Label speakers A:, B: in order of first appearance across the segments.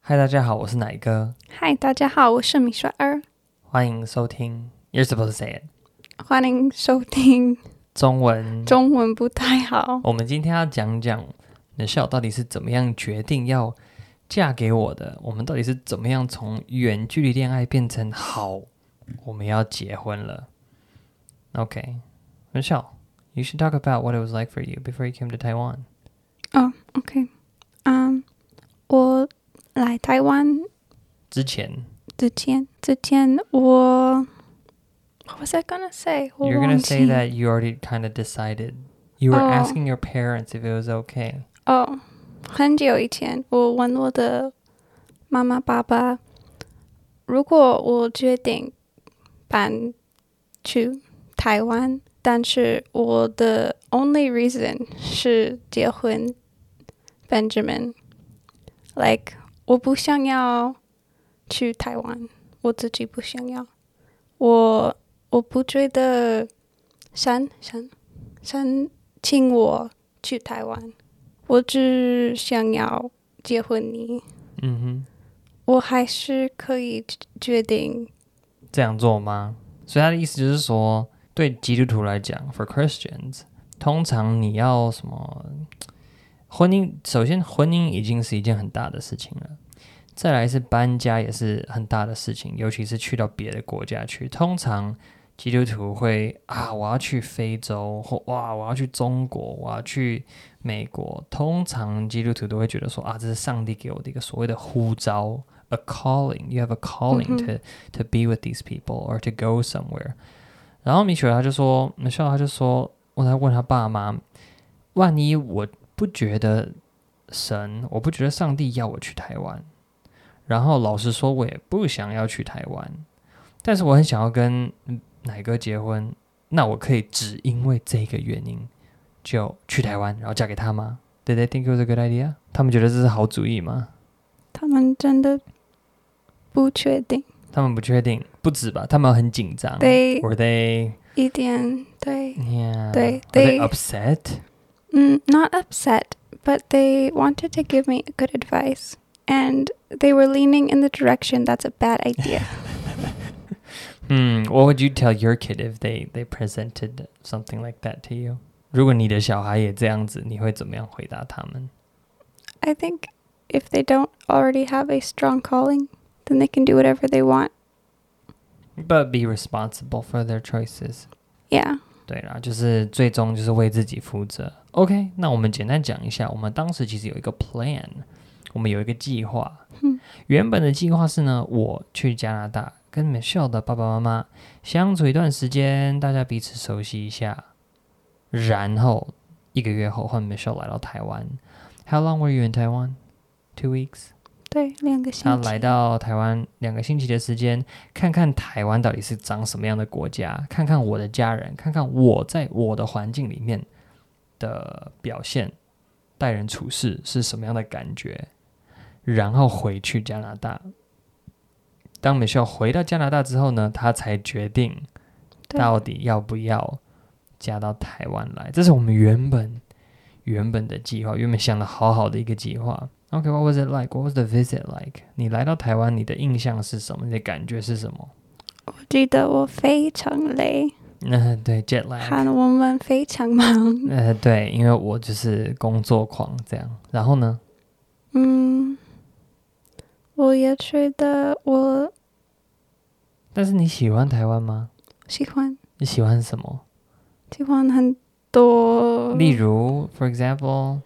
A: 嗨，大家好，我是奶哥，
B: 嗨，大家好，我是米帅儿，
A: 欢迎收听。You're supposed to say it。
B: 欢迎收
A: 嗯
B: 听。
A: 中文，
B: 中文不太好，
A: 我们今天要讲讲 n i c h e l 到底是怎么样决定要嫁给我的，我们到底是怎么样从远距离恋爱变成好，我们要结婚了。Okay, Michelle, you should talk about what it was like for you before you came to Taiwan.
B: 哦、o k 嗯、我来台湾
A: 之前
B: 之前，之前我，What was I gonna say？我
A: you're
B: 忘
A: gonna say。
B: 记
A: that you already kind of decided. You were
B: Oh.
A: asking your parents if it was okay.
B: 哦、很久以前，我问我的妈妈爸爸，如果我决定搬去台湾，但是我的 only reason 是结婚，Benjamin。Like，我不想要去台湾，我自己不想要。我我不觉得神神神请我去台湾，我只想要结婚你，
A: 嗯哼。
B: 我还是可以决定。
A: 这样做吗？所以他的意思就是说，对基督徒来讲，for Christians，通常你要什么婚姻？首先，婚姻已经是一件很大的事情了。再来是搬家也是很大的事情，尤其是去到别的国家去。通常基督徒会啊，我要去非洲，或哇，我要去中国，我要去美国。通常基督徒都会觉得说啊，这是上帝给我的一个所谓的呼召，a calling，you have a calling
B: 嗯哼
A: to、to be with these people or to go somewhere。然后米雪他就说，米雪他就说，我在问他爸妈，万一我不觉得神，我不觉得上帝要我去台湾，然后老实说，我也不想要去台湾，但是我很想要跟嗯奶哥结婚，那我可以只因为这个原因就去台湾，然后嫁给他吗？Did they think it was a good idea？他们觉得这是好主意吗？
B: 他们真的不确定，
A: 他们不确定，不止吧，他们很紧张。
B: 对
A: Were they
B: 一点对，
A: yeah? Were
B: 对
A: they
B: they-
A: upset?
B: 嗯，not upset, but they wanted to give me good advice, and they were leaning in the direction that's a bad idea.
A: Hmm. What would you tell your kid if they they presented something like that to you? 如果你的小孩也这样子，你会怎么样回答他们？
B: I think if they don't already have a strong calling, then they can do whatever they want.
A: But be responsible for their choices.
B: Yeah.
A: 对啦，就是最终就是为自己负责。OK，那我们简单讲一下，我们当时其实有一个 plan，我们有一个计划。
B: 嗯
A: 原本的计划是呢，我去加拿大跟 Michelle 的爸爸妈妈相处一段时间，大家彼此熟悉一下，然后一个月后换 Michelle 来到台湾。How long were you in Taiwan? Two weeks.
B: 对，两个星
A: 他
B: 期。
A: 来到台湾两个星期的时间，看看台湾到底是长什么样的国家，看看我的家人，看看我在我的环境里面的表现，待人处事是什么样的感觉，然后回去加拿大。当美秀回到加拿大之后呢，她才决定
B: 对
A: 到底要不要嫁到台湾来？这是我们原本原本的计划，原本想的好好的一个计划。OK，what、was it like? What was the visit like? 你来到台湾，你的印象是什么？你的感觉是什么？
B: 我记得我非常累，
A: 嗯、对，jet lag。
B: 和我们非常忙。
A: 呃，对，因为我就是工作狂这样。然后呢？
B: 嗯，我也觉得我
A: 但是你喜欢台湾吗？
B: 喜欢
A: 你喜欢什么？
B: 喜欢很多。
A: 例如，for example，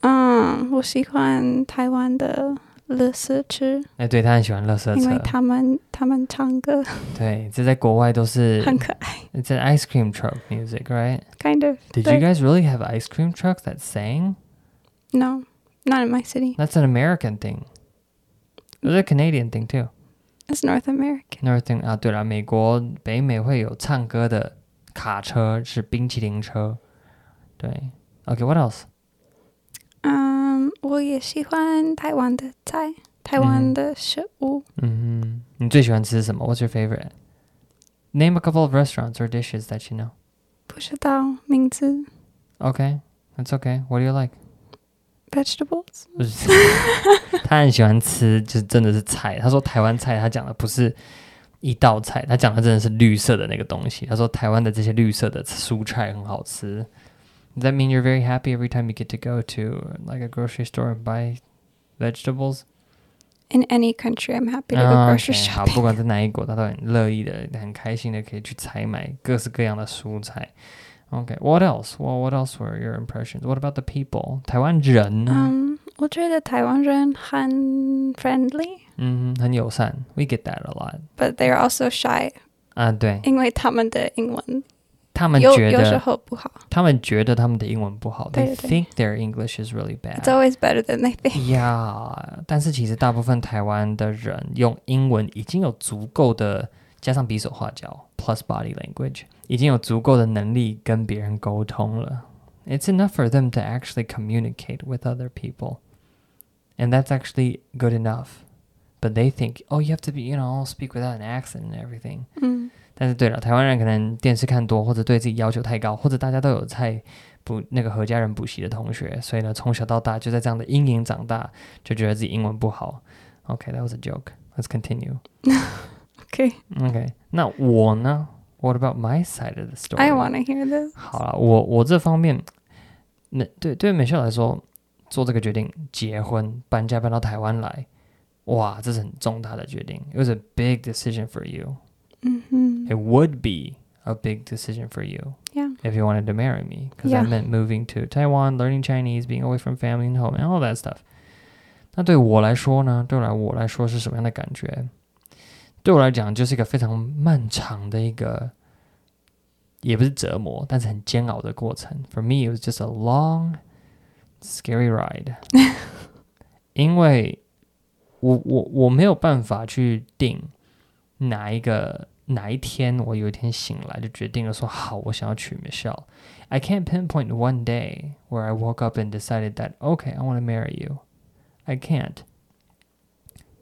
B: 嗯，我喜欢台湾的乐色吃，
A: 哎、对他很喜欢乐色
B: 因为
A: 车，
B: 他们他们唱歌
A: 对，这在国外都是
B: 很可爱
A: It's an ice cream truck music，right？
B: ，kind of。
A: Did
B: But-
A: you guys really have ice cream trucks that sang?
B: No, not in my city.
A: That's an American thing. It was a Canadian thing too.
B: It's North American.
A: Another thing 啊，对了，美国北美会有唱歌的卡车，是冰淇淋车。对，OK，what、else？
B: 嗯，我也喜欢台湾的菜，台
A: 嗯
B: 湾的食物。
A: 嗯哼，你最喜欢吃什么？What's your favorite? Name a couple of restaurants or dishes that you know.
B: 不知道名字。
A: Okay, that's okay. What do you like?
B: vegetables.
A: 就是他很喜欢吃，就是真的是菜。他说台湾菜，他讲的不是一道菜，他讲的真的是绿色的那个东西。他说台湾的这些绿色的蔬菜很好吃。Does that mean you're very happy every time you get to go to like a grocery store and buy vegetables?
B: In any country, I'm happy to go
A: 啊
B: grocery
A: OK，好，
B: shopping.
A: 不管在哪一国，他都很乐意的、很开心的可以去采买各式各样的蔬菜。OK，what、else? Well, what else were your impressions? What about the people? 台湾人呢？
B: Um, 我觉得台湾人很 friendly,
A: 嗯哼，很友善。We get that a lot.
B: but they're also shy.
A: 啊，对，
B: 因为他们的英文有
A: 他们觉得
B: 有时候不好。
A: 他们觉得他们的英文不好。They
B: 对对
A: think their English is really bad.
B: It's always better than they think.
A: 呀，但是其实大部分台湾的人用英文已经有足够的，加上比手画脚 plus body language，已经有足够的能力跟别人沟通了。It's enough for them to actually communicate with other people, and that's actually good enough. But they think, oh, you have to be, you know, speak without an accent and everything.
B: 嗯，
A: 但是对了，台湾人可能电视看多，或者对自己要求太高，或者大家都有在补那个和家人补习的同学，所以呢，从小到大就在这样的阴影长大，就觉得自己英文不好。OK，that、was a joke. Let's continue.
B: Okay.
A: OK，那我呢？What about my side of the story?
B: I want to hear this.
A: 好了，我我这方面，那对对美秀来说，做这个决定，结婚搬家搬到台湾来，哇，这是很重大的决定。It was a big decision for you.
B: Mm-hmm.
A: It would be a big decision for you.
B: Yeah.
A: if you wanted to marry me because I
B: Yeah.
A: meant moving to Taiwan, learning Chinese, being away from family and home, and all that stuff. 那对我来说呢？对来我来说是什么样的感觉？对我来讲，就是一个非常漫长的一个，也不是折磨，但是很煎熬的过程。For me, it was just a long, scary ride. 因为我我我没有办法去定哪一个哪一天，我有一天醒来就决定了说好，我想要娶 Michelle。I can't pinpoint one day where I woke up and decided that okay, I want to marry you. I can't.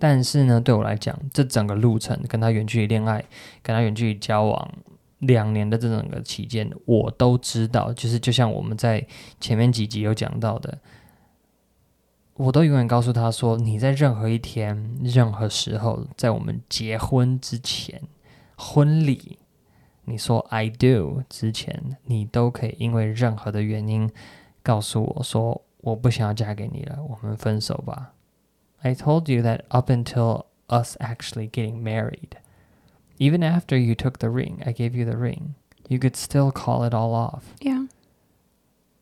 A: 但是呢，对我来讲，这整个路程跟他远距离恋爱，跟他远距离交往两年的这整个期间，我都知道，就是就像我们在前面几集有讲到的，我都永远告诉他说，你在任何一天、任何时候，在我们结婚之前、婚礼，你说 I do 之前，你都可以因为任何的原因告诉我说，我不想要嫁给你了，我们分手吧。I told you that up until us actually getting married, even after you took the ring, I gave you the ring, you could still call it all off.
B: Yeah.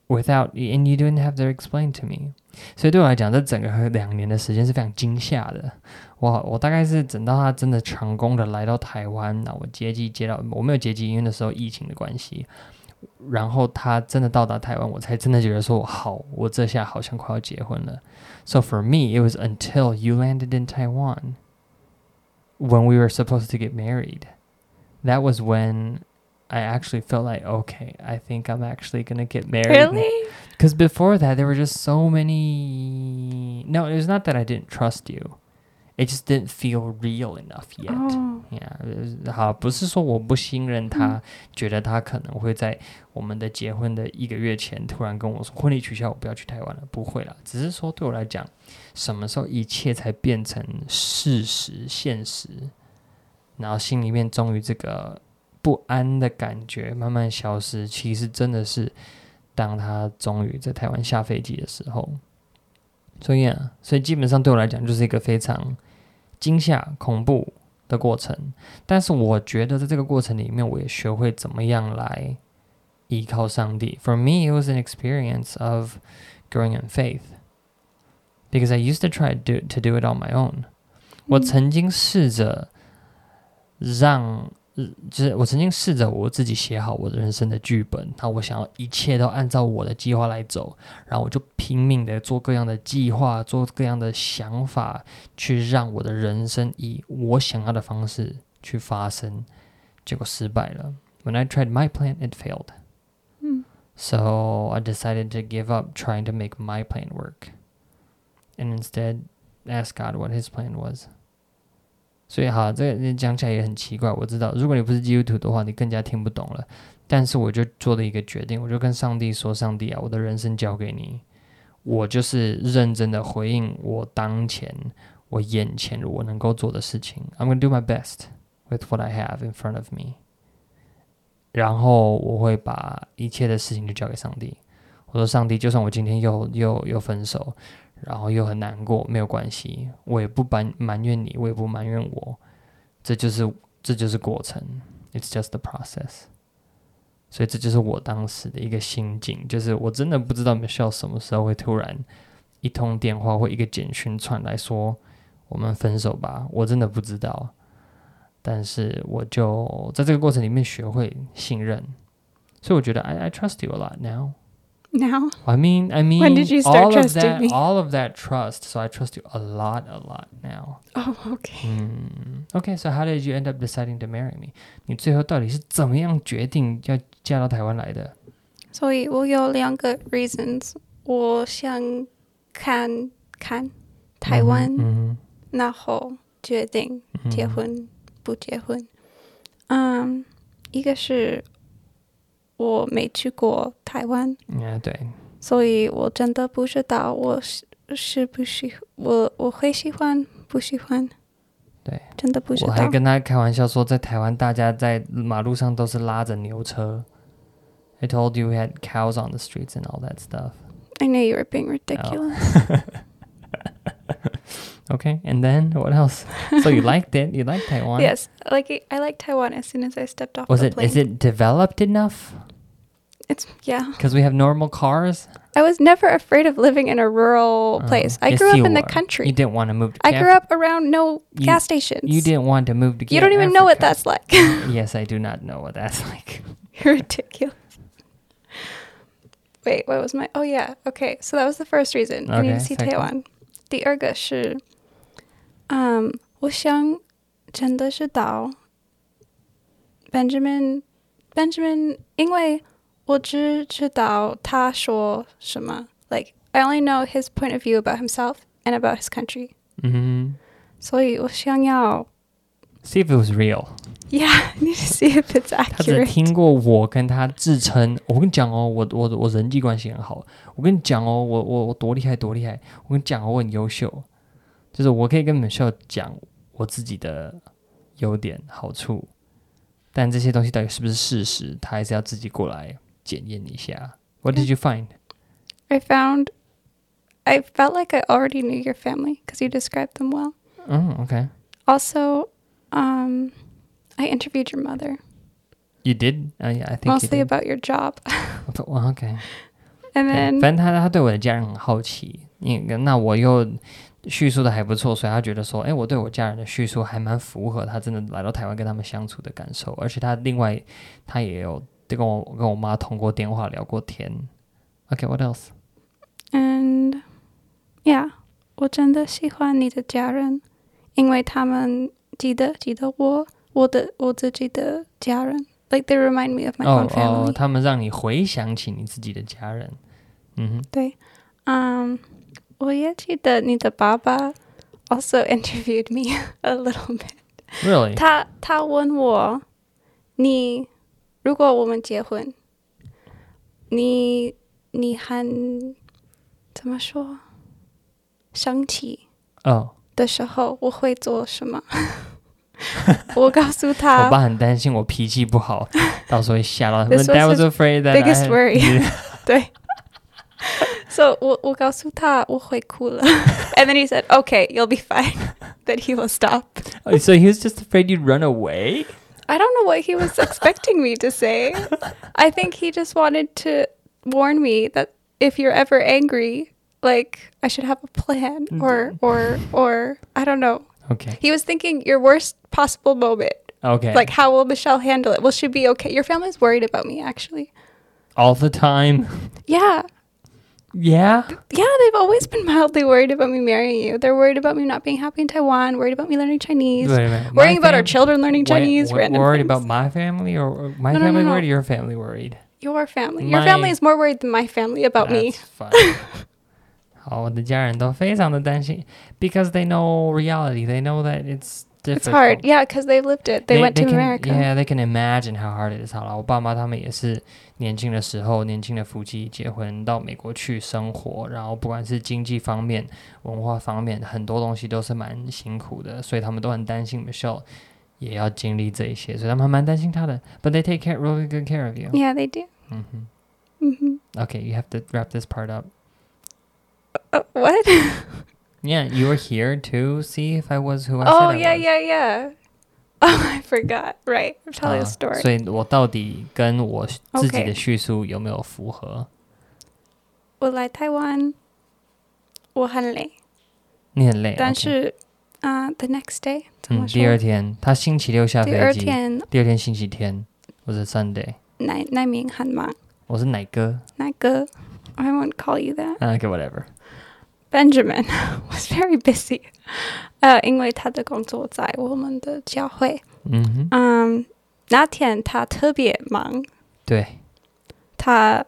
A: without and you didn't have to explain to me。所以对我来讲，这整个两年的时间是非常惊吓的。我我大概是等到他真的成功的来到台湾，那我接机接到我没有接机，因为那时候疫情的关系。然后他真的到达台湾，我才真的觉得说，好，我这下好像快要结婚了。So for me, it was until you landed in Taiwan when we were supposed to get married. That was when I actually felt like, okay, I think I'm actually gonna get married. now.
B: Really?
A: Because before that, there were just so many. No, it was not that I didn't trust you. It just didn't feel real enough yet.
B: Oh.
A: Yeah，呃好，不是说我不信任他，觉得他可能会在我们的结婚的一个月前突然跟我说婚礼取消，我不要去台湾了。不会啦，只是说对我来讲，什么时候一切才变成事实、现实，然后心里面终于这个不安的感觉慢慢消失。其实真的是，当他终于在台湾下飞机的时候，所以啊，所以基本上对我来讲就是一个非常惊吓、恐怖的过程。但是我觉得在这个过程里面，我也学会怎么样来依靠上帝。For me, it was an experience of growing in faith because I used to try to do, to do it on my own.
B: 嗯
A: 我
B: Mm.
A: 曾经试着让，呃就是我曾经试着我自己写好我的人生的剧本，那我想要一切都按照我的计划来走，然后我就拼命的做各样的计划，做各样的想法，去让我的人生以我想要的方式去发生，结果失败了。When I tried my plan, it failed.
B: 嗯
A: So I decided to give up trying to make my plan work and instead ask God what his plan was. 所以哈，这个讲起来也很奇怪，我知道，如果你不是基督徒的话，你更加听不懂了。但是我就做了一个决定，我就跟上帝说：“上帝啊，我的人生交给你，我就是认真的回应我当前、我眼前我能够做的事情。I'm gonna do my best with what I have in front of me。然后我会把一切的事情就交给上帝。我说：“上帝，就算我今天又又又分手，然后又很难过，没有关系，我也不埋埋怨你，我也不埋怨我，这就是这就是过程，It's just the process。所以这就是我当时的一个心境，就是我真的不知道 Michelle 什么时候会突然一通电话或一个简讯传来说我们分手吧，我真的不知道。但是我就在这个过程里面学会信任，所以我觉得 I I trust you a lot now。
B: Now,
A: I mean, I mean,
B: did you start
A: all of
B: trusting
A: that,
B: me?
A: all of that trust. So I trust you a lot, a lot now.
B: oh, okay.
A: Hmm. Okay, so how did you end up deciding to marry me? 你最后到底是怎么样决定要嫁到台湾来的？
B: 所以我有两个 reasons，我想看看台湾，
A: 嗯
B: 然后决定
A: 哼，嗯哼
B: 结。婚不结婚。嗯，一个是我没去过台湾，
A: 嗯，对，
B: 所以我真的不知道我是是不喜我我会喜欢不喜欢。
A: 对，
B: 真的不知
A: 我还
B: 道。
A: 跟他开玩笑说，在台湾大家在马路上都是拉着牛车。I told you we had cows on the streets and all that stuff.
B: I know you were being ridiculous.
A: Oh, Okay, and then what else? So you liked it? You liked Taiwan?
B: yes, like I- I like Taiwan as soon as I stepped off
A: Was
B: the
A: it
B: plane.
A: is it developed enough?
B: It's yeah.
A: Because we have normal cars. Uh,
B: I was never afraid of living in a rural place. I
A: Oh, yes,
B: grew up
A: you
B: in the
A: were.
B: country.
A: You didn't want to move to
B: I grew
A: Caf-
B: up around no
A: You-
B: gas stations.
A: You didn't want to move to
B: You don't even know what
A: Africa. Oh.
B: that's like.
A: Yes, I do not know what that's like.
B: You're ridiculous. Wait, what was my? Oh yeah, okay. So that was the first reason. I need
A: Okay,
B: to see
A: second.
B: Taiwan. 第二个是，嗯，我想真的是到 Benjamin Benjamin，因为我只知道他说什么，like I only know his point of view about himself and about his country. Mm-hmm.
A: hmm
B: 所以我想要
A: See if it was real.
B: ，yeah, I need to see if it's
A: 他只
B: accurate.
A: 听过我跟他自称，我跟你讲哦，我我我人际关系很好，我跟你讲哦，我我我多厉害多厉害，我跟你讲哦，我很优秀，就是我可以跟 Michelle 讲我自己的优点好处，但这些东西到底是不是事实，他还是要自己过来检验一下。What did you find？
B: I found I felt like I already knew your family because you described them well.
A: 嗯，OK，you、
B: Also, um, I interviewed your mother
A: did？哎呀、i think you
B: mostly
A: did.
B: about your job,
A: Well, okay. 对
B: and then
A: 反正他他对我的家人很好奇，那那我又叙述的还不错，所以他觉得说，哎，我对我家人的叙述还蛮符合他真的来到台湾跟他们相处的感受，而且他另外他也有跟我跟我妈通过电话聊过天。OK，what、else？
B: and yeah, 我真的喜欢你的家人，因为他们记得记得我我的我自己的家人，like they remind me of my
A: 哦哦，
B: own family.
A: 他们让你回想起你自己的家人。嗯
B: Um, 对，嗯，我也记得你的爸爸 also interviewed me a little bit.
A: 哼，Really？
B: 他他问我，你如果我们结婚，你你很怎么说？生气
A: 哦，
B: 的时候我会做什么？ 我告诉
A: 我
B: 他
A: 爸很担心我脾气不 好，到时候会吓到他们。
B: This
A: That was
B: was
A: afraid that I
B: biggest
A: had-
B: worry 对。So 我我告诉他我会哭了，and then he said, "Okay, you'll be fine." That he will stop.
A: Oh, so he was just afraid you'd run away.
B: I don't know what he was expecting me to say. I think he just wanted to warn me that if you're ever angry, like I should have a plan
A: Mm-hmm.
B: or or or I don't know.
A: Okay.
B: He was thinking your worst possible moment.
A: Okay.
B: Like how will Michelle handle it? Will she be okay? Your family's worried about me actually.
A: all the time.
B: Yeah.
A: Yeah.
B: Yeah, they've always been mildly worried about me marrying you. They're worried about me not being happy in Taiwan, worried about me learning Chinese,
A: Wait a minute, my
B: worrying about our
A: fam-
B: children learning
A: Wait,
B: Chinese.
A: wait,
B: random
A: worried
B: things.
A: about my family or or my
B: No, no,
A: family
B: no, no.
A: worried or your family worried?
B: your family. Your
A: my-
B: family is more worried than my family about me.
A: That's fine. 好，我的家人都非常的担心，because they know reality. They know that it's
B: It's
A: difficult.
B: hard. Yeah, because they lived it. They, went to
A: can,
B: America.
A: Yeah, they can imagine how hard it is.好了，我爸妈他们也是年轻的时候，年轻的夫妻结婚到美国去生活，然后不管是经济方面、文化方面，很多东西都是蛮辛苦的，所以他们都很担心 Michelle 也要经历这一些，所以他们还蛮担心 她的。But they take care really good care of you.
B: Yeah, they do.
A: 嗯哼
B: hmm
A: Okay, you have to wrap this part up.
B: Uh, what?
A: Yeah, you were here to see if I was who I said
B: Oh,
A: I
B: yeah,
A: was.
B: yeah, yeah. Oh, I forgot. Right. I'm telling a
A: 啊
B: story.
A: Uh, 所以我到底跟我自己
B: Okay.
A: 的叙述有没有符合？
B: 我来台湾，我很累，
A: 你很累，
B: 但
A: OK
B: 是啊、t h e next day 怎
A: 嗯，
B: 么说？
A: 第二天他星期六下飞
B: 第二
A: 机，
B: 天
A: 第二天星期天，我是 Sunday，
B: 那那名很忙，
A: 我是奶哥，
B: 那个 I won't call you that
A: 啊、o whatever，
B: Benjamin was very busy，呃， 因为他的工作在我们的教会，
A: 嗯哼，
B: 嗯、那天他特别忙，
A: 对，
B: 他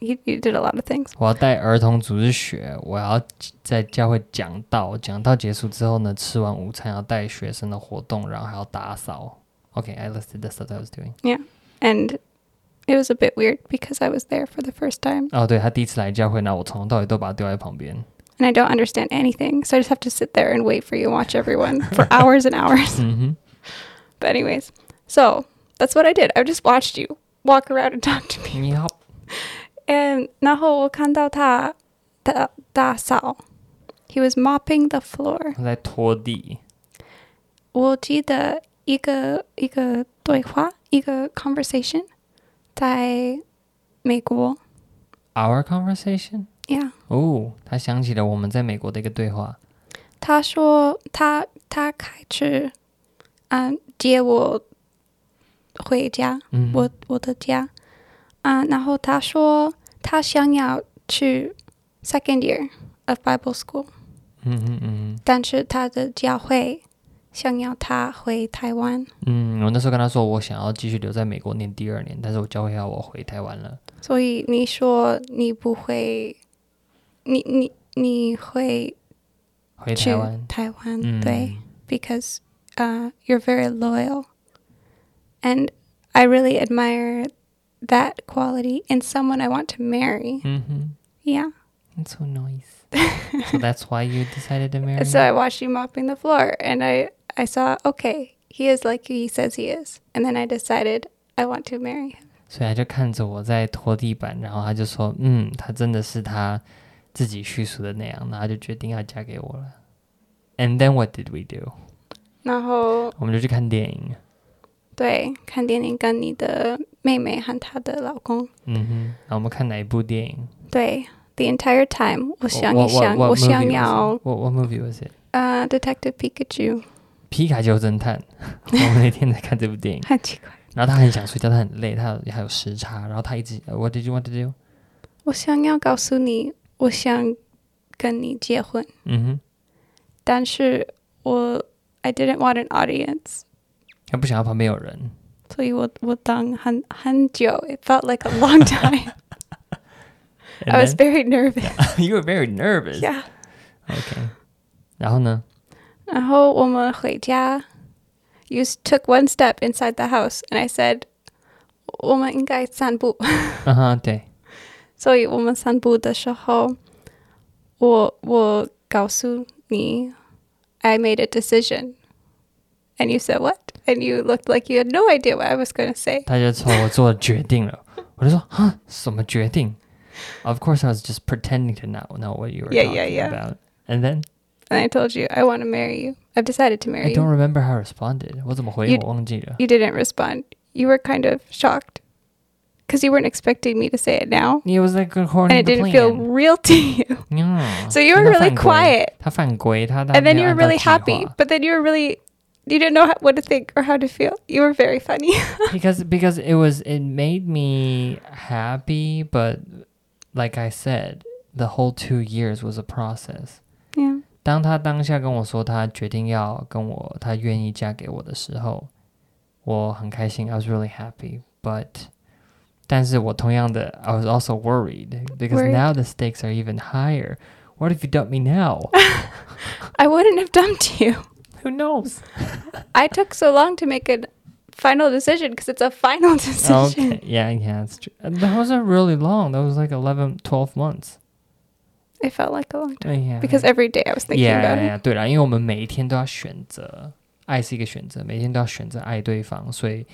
B: he, he did a lot of things，
A: 我要带儿童组织学，我要在教会讲道，讲道结束之后呢，吃完午餐要带学生的活动，然后还要打扫。Okay，I listed the stuff that I was doing。
B: and it was a bit weird because I was there for the first time
A: 哦，对他第一次来教会，那我从头到尾都把他丢在旁 边。
B: and I don't understand anything, so I just have to sit there and wait for you and watch everyone for hours and hours.
A: 嗯哼。
B: But anyways, so that's what I did. I just watched you walk around and talk to me.
A: 你好，
B: And 然后我看到他打打扫。He was mopping the floor.
A: 我在拖地。
B: 我记得一个一个对话，一个 conversation 在美国。Yeah.
A: Our conversation？哦，他想起了我们在美国的一个对话。
B: 他说他他开车，嗯，接我回家，
A: 嗯，
B: 我我的家，啊、然后他说他想要去 second year of Bible school，
A: 嗯哼嗯
B: 但是他的教会想要他回台湾，
A: 哼嗯，我那时候跟他说，我想要继续留在美国念第二年，但是我教会要我回台湾了。
B: 所以你说你不会，你你你会
A: 回
B: 去
A: 台湾，
B: 台湾，
A: 嗯，
B: 对。because uh, you're very loyal. And I really admire that quality in someone I want to marry.
A: 嗯哼
B: Yeah.
A: ，It's so nice. so that's why you decided to marry.
B: So
A: me?
B: I watched you mopping the floor and I, I saw, okay, he is like who he says he is. And then I decided I want to marry him.
A: 所以他就看着我在拖地板，然后他就说，嗯，他真的是他自己叙述的那样，然后他就决定要嫁给我了。And then what did we do？
B: 然后,
A: 我们就去看电影。
B: 对,看电影跟你的妹妹和她的老公。对,
A: 嗯哼，然后我们看哪一部电影？
B: the entire time,
A: What- what- what movie was it?
B: 我想一想,我想要,
A: What what movie was it？
B: uh, Detective Pikachu.
A: 皮卡丘侦探。 我们那天在看这部电影。
B: 很奇怪。
A: 然后他很想睡觉，他很累，他有还有时差，然后他一直呃 What did you want to do？
B: 我想要告诉你，我想跟你结婚，
A: 嗯哼，
B: 但是我 I didn't want an audience，
A: 他不想要旁边有人。
B: 所以我我等很很久，it felt like a long time 。
A: And
B: I was
A: then-
B: very nervous.
A: you were very nervous.
B: Yeah.
A: Okay. 然后呢？
B: 然后我们回家，you s- took one step inside the house and I said，我们应该散步。
A: 嗯哼，对，
B: 所以我们散步的时候，我我告诉你，I made a decision。And you said what? And you looked like you had no idea what I was going to say.
A: 他就说我做了决定了， 我就说哈什么决定？Of course, I was just pretending to not know what you were
B: Yeah,
A: talking
B: yeah, yeah.
A: about. And then
B: And I told you, I want to marry you. I've decided to
A: I
B: marry
A: don't
B: you.
A: remember how I responded. 我怎么回
B: You-
A: 我忘记了。
B: You didn't respond. You were kind of shocked because you weren't expecting me to say it now.
A: It was like
B: And
A: according
B: it
A: to
B: didn't
A: plan.
B: feel real to you.
A: Yeah.
B: So you were
A: 因为
B: really
A: 他犯规
B: quiet.
A: 他犯规，他
B: And
A: 他
B: then you
A: 没有
B: were
A: 按照
B: really
A: 计划
B: happy. But then you were really, you didn't know how, what to think or how to feel. You were very funny.
A: because because it was it made me happy, but like I said, the whole two years was a process.
B: yeah.
A: 当他当下跟我说他决定要跟我，他愿意嫁给我的时候，我很开心，I was really happy, but 但是我同样的，I was also worried because
B: Worried.
A: now the stakes are even higher. What if you dump me now?
B: I wouldn't have dumped you.
A: It Who knows?
B: I took so long to make a final decision because it's a final decision.
A: Okay. Yeah, yeah, that's true. And That wasn't really long. That was like 11, 12 months.
B: It felt like a long time
A: Yeah.
B: because every day I was thinking
A: yeah,
B: about
A: yeah,
B: it.
A: 对啦，因为我们每一天都要选择，爱是一个选择，每天都要选择爱对方，所以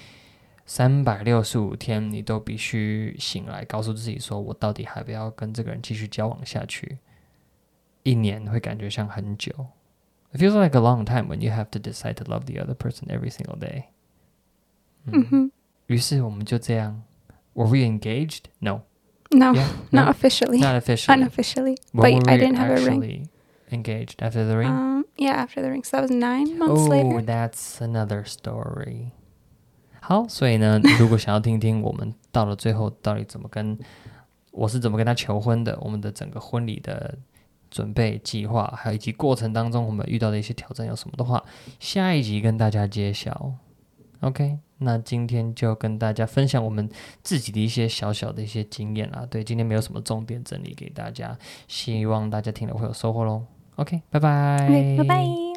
A: 三百六十五天你都必须醒来，告诉自己说我到底还不要跟这个人继续交往下去。一年会感觉像很久，it feels like a long time when you have to decide to love the other person every single day。
B: 嗯哼
A: 于是我们就这样，were we engaged? No,
B: No,
A: yeah,
B: not
A: no,
B: officially.
A: not officially.
B: Unofficially.
A: When
B: but
A: were
B: I
A: we
B: didn't have a ring.
A: actually Engaged after the ring.
B: Um, yeah, after the ring. So that was nine months
A: Oh,
B: later.
A: that's another story. 好，所以呢，如果想要听听我们到了最后到底怎么跟我是怎么跟他求婚的，我们的整个婚礼的准备计划，还有以及过程当中我们遇到的一些挑战有什么的话，下一集跟大家揭晓。OK，那今天就跟大家分享我们自己的一些小小的一些经验啦。对，今天没有什么重点整理给大家，希望大家听了会有收获喽。OK，拜拜，
B: Okay, bye bye.